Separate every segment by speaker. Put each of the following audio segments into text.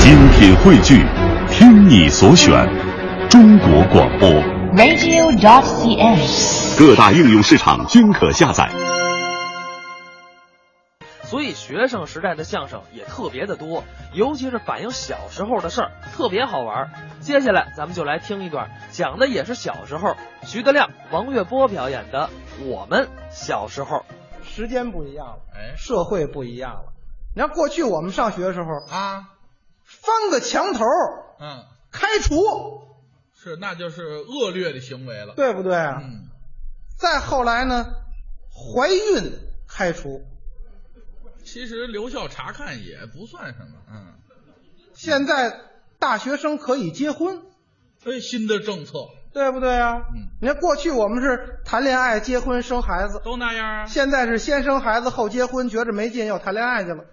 Speaker 1: 精品汇聚，听你所选，中国广播。
Speaker 2: radio.cn。
Speaker 1: 各大应用市场均可下载。
Speaker 3: 所以学生时代的相声也特别的多，尤其是反映小时候的事儿，特别好玩儿。接下来咱们就来听一段，讲的也是小时候，徐德亮、王月波表演的《我们小时候》。
Speaker 4: 时间不一样了，
Speaker 5: 哎
Speaker 4: 社会不一样了。你看过去我们上学的时候，
Speaker 5: 啊，
Speaker 4: 翻个墙头
Speaker 5: 嗯，
Speaker 4: 开除，
Speaker 5: 是，那就是恶劣的行为了。，
Speaker 4: 对不对啊？
Speaker 5: 嗯，
Speaker 4: 再后来呢，怀孕开除，
Speaker 5: 其实留校查看也不算什么。嗯，
Speaker 4: 现在大学生可以结婚，
Speaker 5: 哎，新的政策
Speaker 4: 对不对啊？
Speaker 5: 嗯，
Speaker 4: 你看过去我们是谈恋爱、结婚、生孩子，
Speaker 5: 都那样啊。
Speaker 4: 现在是先生孩子后结婚，觉着没劲又谈恋爱去了。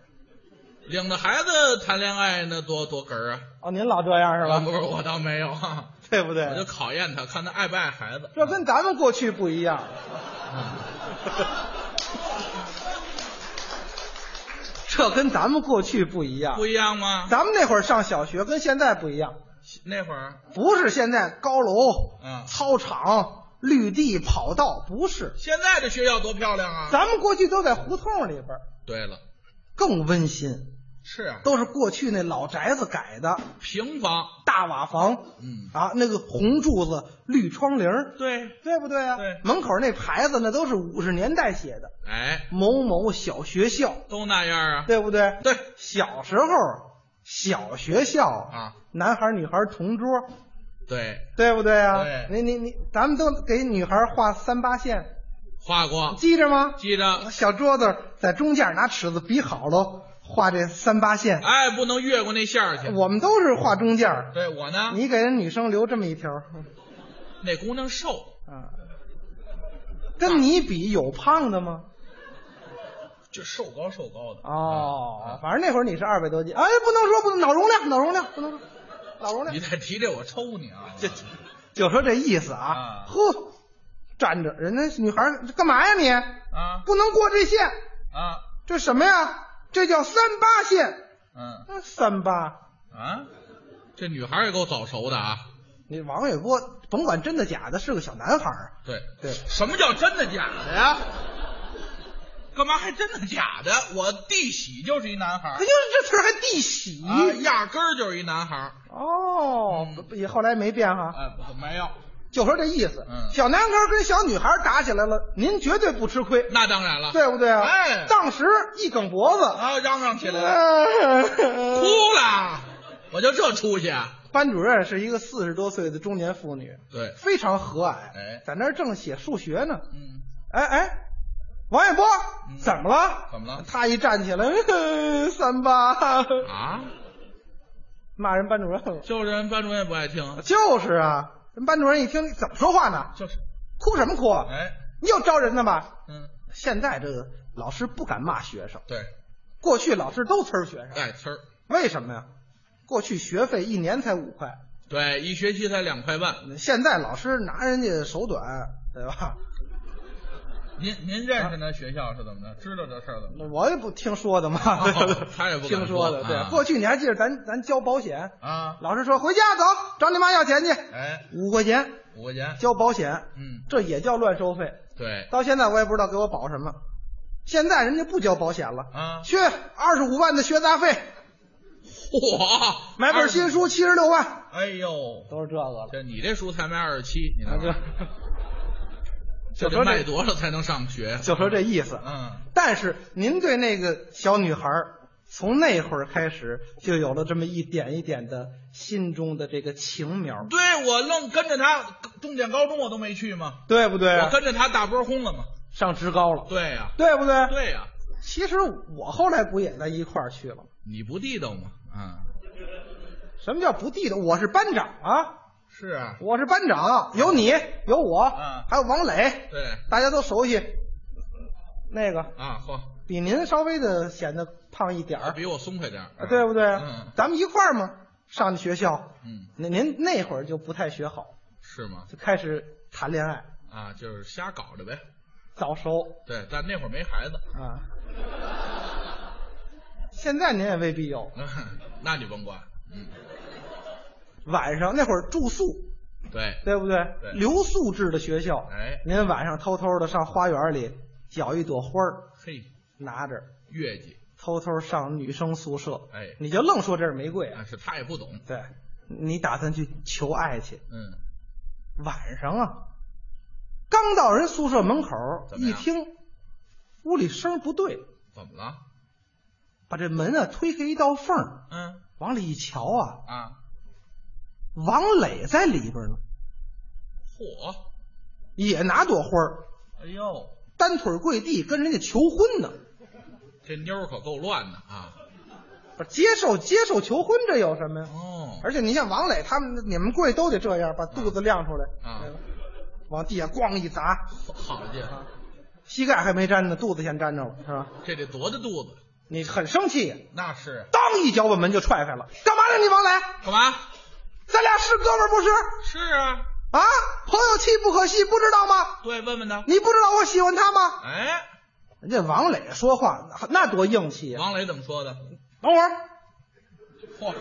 Speaker 5: 领着孩子谈恋爱那多多哏儿啊，
Speaker 4: 哦，您老这样是
Speaker 5: 是
Speaker 4: 吧？
Speaker 5: 不是，啊我倒没有，哈哈
Speaker 4: 对不对？
Speaker 5: 我就考验他，看他爱不爱孩子。
Speaker 4: 这跟咱们过去不一样。这跟咱们过去不一样
Speaker 5: 不。一样吗？
Speaker 4: 咱们那会儿上小学跟现在不一样，
Speaker 5: 那会儿，
Speaker 4: 不是现在高楼、
Speaker 5: 嗯
Speaker 4: 操场、绿地、跑道，不是。
Speaker 5: 现在的学校多漂亮啊！
Speaker 4: 咱们过去都在胡同里边儿，
Speaker 5: 对了，
Speaker 4: 更温馨，
Speaker 5: 是啊，
Speaker 4: 都是过去那老宅子改的
Speaker 5: 平房，
Speaker 4: 大瓦房，
Speaker 5: 嗯，
Speaker 4: 啊，那个红柱子、绿窗棂儿，
Speaker 5: 对，
Speaker 4: 对不对啊？
Speaker 5: 对
Speaker 4: 门口那牌子那都是五十年代写的，
Speaker 5: 哎，
Speaker 4: 某某小学校，
Speaker 5: 都那样啊。
Speaker 4: 对不对？
Speaker 5: 对
Speaker 4: 小时候小学校啊，
Speaker 5: 啊，
Speaker 4: 男孩儿女孩儿同桌，
Speaker 5: 对，
Speaker 4: 对不对啊？
Speaker 5: 对
Speaker 4: 你你你，咱们都给女孩儿画三八线，
Speaker 5: 画过，
Speaker 4: 记着吗？
Speaker 5: 记着，
Speaker 4: 小桌子在中间拿尺子比好喽，画这三八线。
Speaker 5: 哎，不能越过那线儿去。
Speaker 4: 我们都是画中间儿，
Speaker 5: 对我呢，
Speaker 4: 你给人女生留这么一条儿
Speaker 5: 那姑娘瘦，
Speaker 4: 啊。跟你比有胖的吗？
Speaker 5: 就瘦高瘦高的。
Speaker 4: 哦，
Speaker 5: 嗯
Speaker 4: 反正那会儿你是二百多斤，哎，不能说不能，脑容量，脑容量不能说，脑容
Speaker 5: 嗯
Speaker 4: 量
Speaker 5: 你。再提这我抽你啊！
Speaker 4: 这就说这意思啊
Speaker 5: 啊，
Speaker 4: 呵，站着，人家女孩儿干嘛呀你？
Speaker 5: 啊
Speaker 4: 不能过这线，
Speaker 5: 啊
Speaker 4: 这什么呀？这叫三八线。
Speaker 5: 嗯
Speaker 4: 那三八，
Speaker 5: 啊，这女孩也够早熟的啊！
Speaker 4: 你王月波甭管真的假的，是个小男孩儿。
Speaker 5: 对
Speaker 4: 对
Speaker 5: 什么叫真的假的呀？干嘛还真的假的？我弟媳就是一男孩
Speaker 4: 哎
Speaker 5: 儿
Speaker 4: 呦，，这词儿还弟媳、
Speaker 5: 啊，压根儿就是一男孩
Speaker 4: 啊
Speaker 5: 儿。
Speaker 4: 哦，
Speaker 5: 嗯
Speaker 4: 不不也后来没变哈，
Speaker 5: 哎，不没有，
Speaker 4: 就说这意思。
Speaker 5: 嗯
Speaker 4: 小男孩儿跟小女孩儿打起来了，您绝对不吃亏，
Speaker 5: 那当然了。
Speaker 4: 对不对啊？
Speaker 5: 哎
Speaker 4: 当时一梗脖子，
Speaker 5: 啊，嚷嚷起来了，哭
Speaker 4: 哎
Speaker 5: 了，我就这出息。啊。
Speaker 4: 班主任是一个四十多岁的中年妇女，
Speaker 5: 对，
Speaker 4: 非常和蔼，
Speaker 5: 哎
Speaker 4: 在那儿正写数学呢。
Speaker 5: 嗯，
Speaker 4: 哎哎，王月波，
Speaker 5: 嗯
Speaker 4: 怎么了？
Speaker 5: 怎么了
Speaker 4: 他一站起来，呵呵三八，
Speaker 5: 啊，
Speaker 4: 骂人班主任了。
Speaker 5: 就是人班主任不爱听，
Speaker 4: 就是啊，人班主任一听怎么说话呢？
Speaker 5: 就是，
Speaker 4: 哭什么哭？啊
Speaker 5: 哎，
Speaker 4: 你有招人的吧？
Speaker 5: 嗯，
Speaker 4: 现在这个老师不敢骂学生，
Speaker 5: 对，
Speaker 4: 过去老师都呲儿学生，
Speaker 5: 带呲儿。
Speaker 4: 为什么呀？过去学费一年才五块，
Speaker 5: 对，一学期才两块半。
Speaker 4: 现在老师拿人家手短，对吧？
Speaker 5: 您您认识那学校是怎么的？知道这事儿怎么的？
Speaker 4: 那我也不听说的嘛，
Speaker 5: 哦他也不敢
Speaker 4: 听
Speaker 5: 说
Speaker 4: 的。
Speaker 5: 啊
Speaker 4: 对，过去你还记得咱咱交保险，
Speaker 5: 啊，
Speaker 4: 老师说回家走，找你妈要钱去，
Speaker 5: 哎，
Speaker 4: 五块钱
Speaker 5: 五块钱。
Speaker 4: 交保险，
Speaker 5: 嗯，
Speaker 4: 这也叫乱收费。
Speaker 5: 对
Speaker 4: 到现在我也不知道给我保什么，现在人家不交保险了，
Speaker 5: 啊，
Speaker 4: 去二十五万的学杂费，
Speaker 5: 嚯，
Speaker 4: 买本新书七十六万，
Speaker 5: 哎呦，
Speaker 4: 都是这个了。
Speaker 5: 这你这书才卖二十七，你
Speaker 4: 啊，
Speaker 5: 看
Speaker 4: 这
Speaker 5: 这
Speaker 4: 就说
Speaker 5: 得
Speaker 4: 这
Speaker 5: 卖多少才能上学？
Speaker 4: 就说这意思。
Speaker 5: 嗯，
Speaker 4: 但是您对那个小女孩儿，从那会儿开始就有了这么一点一点的心中的这个情苗，
Speaker 5: 对我愣跟着他，重点高中我都没去嘛，
Speaker 4: 对不对啊
Speaker 5: 我？跟着他大波轰了嘛。
Speaker 4: 上职高了，
Speaker 5: 对呀，
Speaker 4: 对不对？
Speaker 5: 对呀，
Speaker 4: 其实我后来不也在一块儿去了吗？
Speaker 5: 你不地道嘛？啊，
Speaker 4: 什么叫不地道？我是班长啊，
Speaker 5: 是啊，
Speaker 4: 我是班长，有你，有我，
Speaker 5: 嗯
Speaker 4: 还有王磊，
Speaker 5: 对
Speaker 4: 大家都熟悉。那个
Speaker 5: 啊，嚯，
Speaker 4: 比您稍微的显得胖一点儿，
Speaker 5: 比我松快点儿
Speaker 4: 啊对不对？
Speaker 5: 嗯
Speaker 4: 咱们一块儿嘛，上学校。
Speaker 5: 嗯，
Speaker 4: 那您那会儿就不太学好，
Speaker 5: 是吗？
Speaker 4: 就开始谈恋爱，
Speaker 5: 啊，就是瞎搞着呗。
Speaker 4: 早熟
Speaker 5: 对，但那会儿没孩子，
Speaker 4: 啊。现在您也未必有，
Speaker 5: 那你甭管。
Speaker 4: 晚上那会儿住宿，
Speaker 5: 对，
Speaker 4: 对不对？
Speaker 5: 对
Speaker 4: 留宿制的学校，
Speaker 5: 哎
Speaker 4: 您晚上偷偷的上花园里搅一朵花儿，
Speaker 5: 嘿，
Speaker 4: 拿着
Speaker 5: 月季，
Speaker 4: 偷偷上女生宿舍，
Speaker 5: 哎，
Speaker 4: 你就愣说这是玫瑰啊
Speaker 5: 但？是他也不懂，
Speaker 4: 对，你打算去求爱去？
Speaker 5: 嗯，
Speaker 4: 晚上啊，刚到人宿舍门口，
Speaker 5: 怎么
Speaker 4: 一
Speaker 5: 样
Speaker 4: 听屋里声儿不对，
Speaker 5: 怎么了？
Speaker 4: 把这门啊推开一道缝儿，
Speaker 5: 嗯
Speaker 4: 往里一瞧啊，
Speaker 5: 啊，
Speaker 4: 王磊在里边呢，
Speaker 5: 嚯，
Speaker 4: 也拿朵花儿，
Speaker 5: 哎呦，
Speaker 4: 单腿跪地跟人家求婚呢，
Speaker 5: 这妞儿可够乱的啊！
Speaker 4: 不是接受接受求婚，这有什么呀？
Speaker 5: 哦，
Speaker 4: 而且你像王磊他们，你们跪都得这样，把肚子亮出来，
Speaker 5: 啊
Speaker 4: 对吧往地下咣一砸，
Speaker 5: 好家伙，
Speaker 4: 膝盖还没沾呢，肚子先沾着了，是吧？
Speaker 5: 这得多大肚子？
Speaker 4: 你很生气，
Speaker 5: 那是啊
Speaker 4: 当一脚把门就踹开了，干嘛呢你王磊？
Speaker 5: 干嘛？
Speaker 4: 咱俩是哥们儿不是？
Speaker 5: 是啊，
Speaker 4: 啊，朋友妻不可欺，不知道吗？
Speaker 5: 对，问问他。
Speaker 4: 你不知道我喜欢他吗？
Speaker 5: 哎，
Speaker 4: 人家王磊说话那那多硬气啊！
Speaker 5: 王磊怎么说的？
Speaker 4: 等会儿
Speaker 5: 嚯，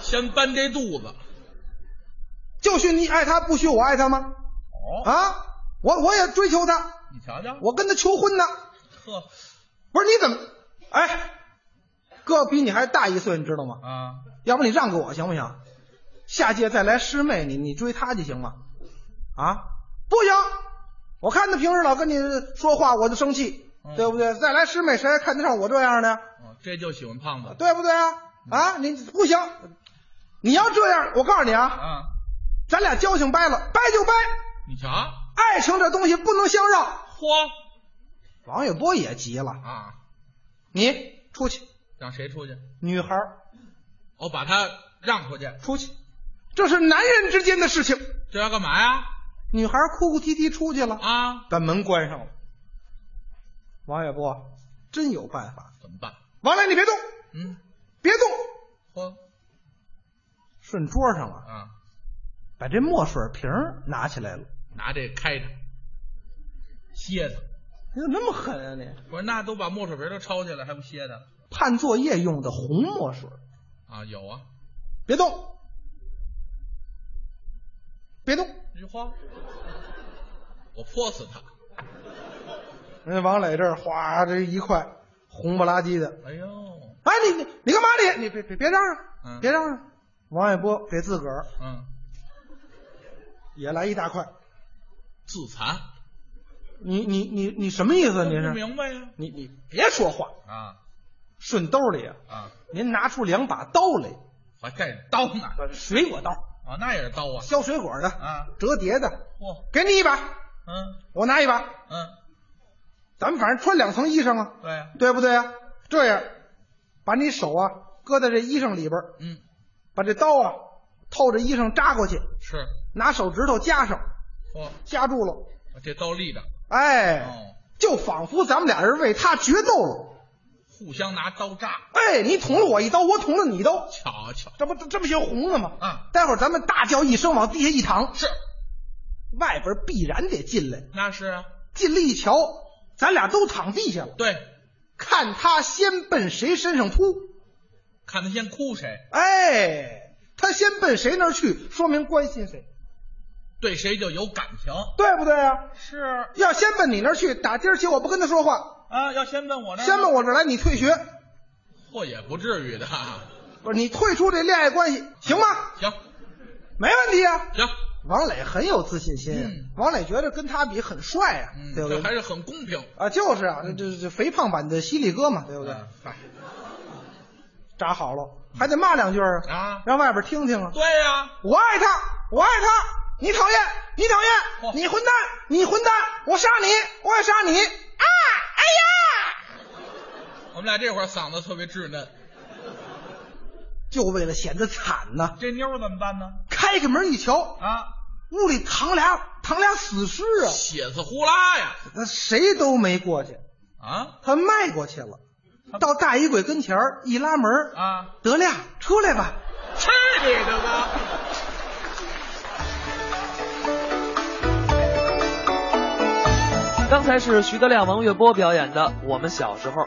Speaker 5: 先搬这肚子。
Speaker 4: 就许你爱他，不许我爱他吗？
Speaker 5: 哦，
Speaker 4: 啊，我我也追求他，
Speaker 5: 你瞧瞧，
Speaker 4: 我跟他求婚呢。
Speaker 5: 呵
Speaker 4: 不是你怎么？哎，哥比你还大一岁，你知道吗？
Speaker 5: 啊，
Speaker 4: 要不你让给我行不行？下届再来师妹你，你追她去行吗？啊，不行！我看他平时老跟你说话，我就生气，
Speaker 5: 嗯
Speaker 4: 对不对？再来师妹，谁还看得上我这样的呀？
Speaker 5: 哦这就喜欢胖子
Speaker 4: 对不对啊？啊，你不行！你要这样，我告诉你啊，
Speaker 5: 啊！
Speaker 4: 咱俩交情掰了，掰就掰，
Speaker 5: 你瞧，
Speaker 4: 爱情这东西不能相让。
Speaker 5: 嚯
Speaker 4: 王月波也急了，
Speaker 5: 啊，
Speaker 4: 你出去，
Speaker 5: 让谁出去？
Speaker 4: 女孩儿
Speaker 5: 我把他让出去，
Speaker 4: 出去，这是男人之间的事情。
Speaker 5: 这要干嘛呀？
Speaker 4: 女孩哭哭啼啼出去了，
Speaker 5: 啊，
Speaker 4: 把门关上了。王月波真有办法，
Speaker 5: 怎么办？
Speaker 4: 王磊你别动，
Speaker 5: 嗯，
Speaker 4: 别动，
Speaker 5: 嚯
Speaker 4: 顺桌上了，
Speaker 5: 啊，
Speaker 4: 把这墨水瓶儿拿起来了。
Speaker 5: 拿这开着，歇着。
Speaker 4: 你怎么那么狠啊你？
Speaker 5: 我说那都把墨水瓶都抄起来，还不歇着？
Speaker 4: 判作业用的红墨水，
Speaker 5: 啊，有啊，
Speaker 4: 别动，别动。
Speaker 5: 菊花，我泼死他！
Speaker 4: 人家王磊这儿哗这一块红不拉几的，
Speaker 5: 哎呦，
Speaker 4: 哎你你你干嘛你你别别别嚷嚷，
Speaker 5: 嗯
Speaker 4: 别嚷嚷。王月波给自个儿
Speaker 5: 嗯，
Speaker 4: 也来一大块，
Speaker 5: 自残，
Speaker 4: 你你你你什么意思？
Speaker 5: 不
Speaker 4: 你是
Speaker 5: 明白呀？
Speaker 4: 你你别说话，
Speaker 5: 啊
Speaker 4: 顺兜里啊，
Speaker 5: 啊，
Speaker 4: 您拿出两把刀来，
Speaker 5: 我还带着刀呢，
Speaker 4: 水果刀，
Speaker 5: 啊，那也是刀啊，
Speaker 4: 削水果的，
Speaker 5: 啊，
Speaker 4: 折叠的，
Speaker 5: 嚯，
Speaker 4: 给你一把，
Speaker 5: 嗯
Speaker 4: 我拿一把，
Speaker 5: 嗯，
Speaker 4: 咱们反正穿两层衣裳啊，
Speaker 5: 对啊，
Speaker 4: 对不对啊？这样，把你手啊搁在这衣裳里边儿，
Speaker 5: 嗯，
Speaker 4: 把这刀啊透着衣裳扎过去，
Speaker 5: 是，
Speaker 4: 拿手指头夹上，
Speaker 5: 嚯，
Speaker 4: 夹住了，
Speaker 5: 这刀立着，
Speaker 4: 哎，
Speaker 5: 哦，
Speaker 4: 就仿佛咱们俩人为他决斗了，
Speaker 5: 互相拿刀扎，
Speaker 4: 哎，你捅了我一刀，我捅了你一刀，
Speaker 5: 瞧瞧，
Speaker 4: 这不这不行红的吗？
Speaker 5: 啊，
Speaker 4: 待会儿咱们大叫一声，往地下一躺，
Speaker 5: 是，
Speaker 4: 外边必然得进来。
Speaker 5: 那是啊，
Speaker 4: 进来一瞧，咱俩都躺地下了，
Speaker 5: 对，
Speaker 4: 看他先奔谁身上扑。
Speaker 5: 看他先哭谁，
Speaker 4: 哎，他先奔谁那儿去，说明关心谁，
Speaker 5: 对谁就有感情，
Speaker 4: 对不对啊？
Speaker 5: 是
Speaker 4: 要先奔你那儿去，打今儿起我不跟他说话，
Speaker 5: 啊，要先问我呢，
Speaker 4: 先奔我这儿来，你退学，
Speaker 5: 嚯，也不至于的，
Speaker 4: 不是你退出这恋爱关系，行吗？
Speaker 5: 行
Speaker 4: 没问题啊。
Speaker 5: 行，
Speaker 4: 王磊很有自信心，啊
Speaker 5: 嗯
Speaker 4: 王磊觉得跟他比很帅啊，
Speaker 5: 嗯，
Speaker 4: 对不
Speaker 5: 这还
Speaker 4: 对？
Speaker 5: 是很公平，
Speaker 4: 啊，就是啊，这这这肥胖版的犀利哥嘛，对不对？
Speaker 5: 嗯嗨
Speaker 4: 扎好了，还得骂两句啊，
Speaker 5: 啊，
Speaker 4: 让外边听听啊。
Speaker 5: 对呀，
Speaker 4: 我爱他，我爱他，你讨厌，你讨厌，
Speaker 5: 嚯
Speaker 4: 你混蛋，你混蛋，我杀你，我也杀你啊！哎呀，
Speaker 5: 我们俩这会儿嗓子特别稚嫩，
Speaker 4: 就为了显得惨呐，
Speaker 5: 这妞儿怎么办呢？
Speaker 4: 开开门一瞧，
Speaker 5: 啊，
Speaker 4: 屋里躺俩躺俩死尸啊，
Speaker 5: 血丝呼啦呀！
Speaker 4: 那谁都没过去，
Speaker 5: 啊
Speaker 4: 他迈过去了，到大衣柜跟前儿一拉门，
Speaker 5: 啊，
Speaker 4: 得了，出来吧。
Speaker 5: 吃你的吧！
Speaker 3: 刚才是徐德亮、王月波表演的《我们小时候》，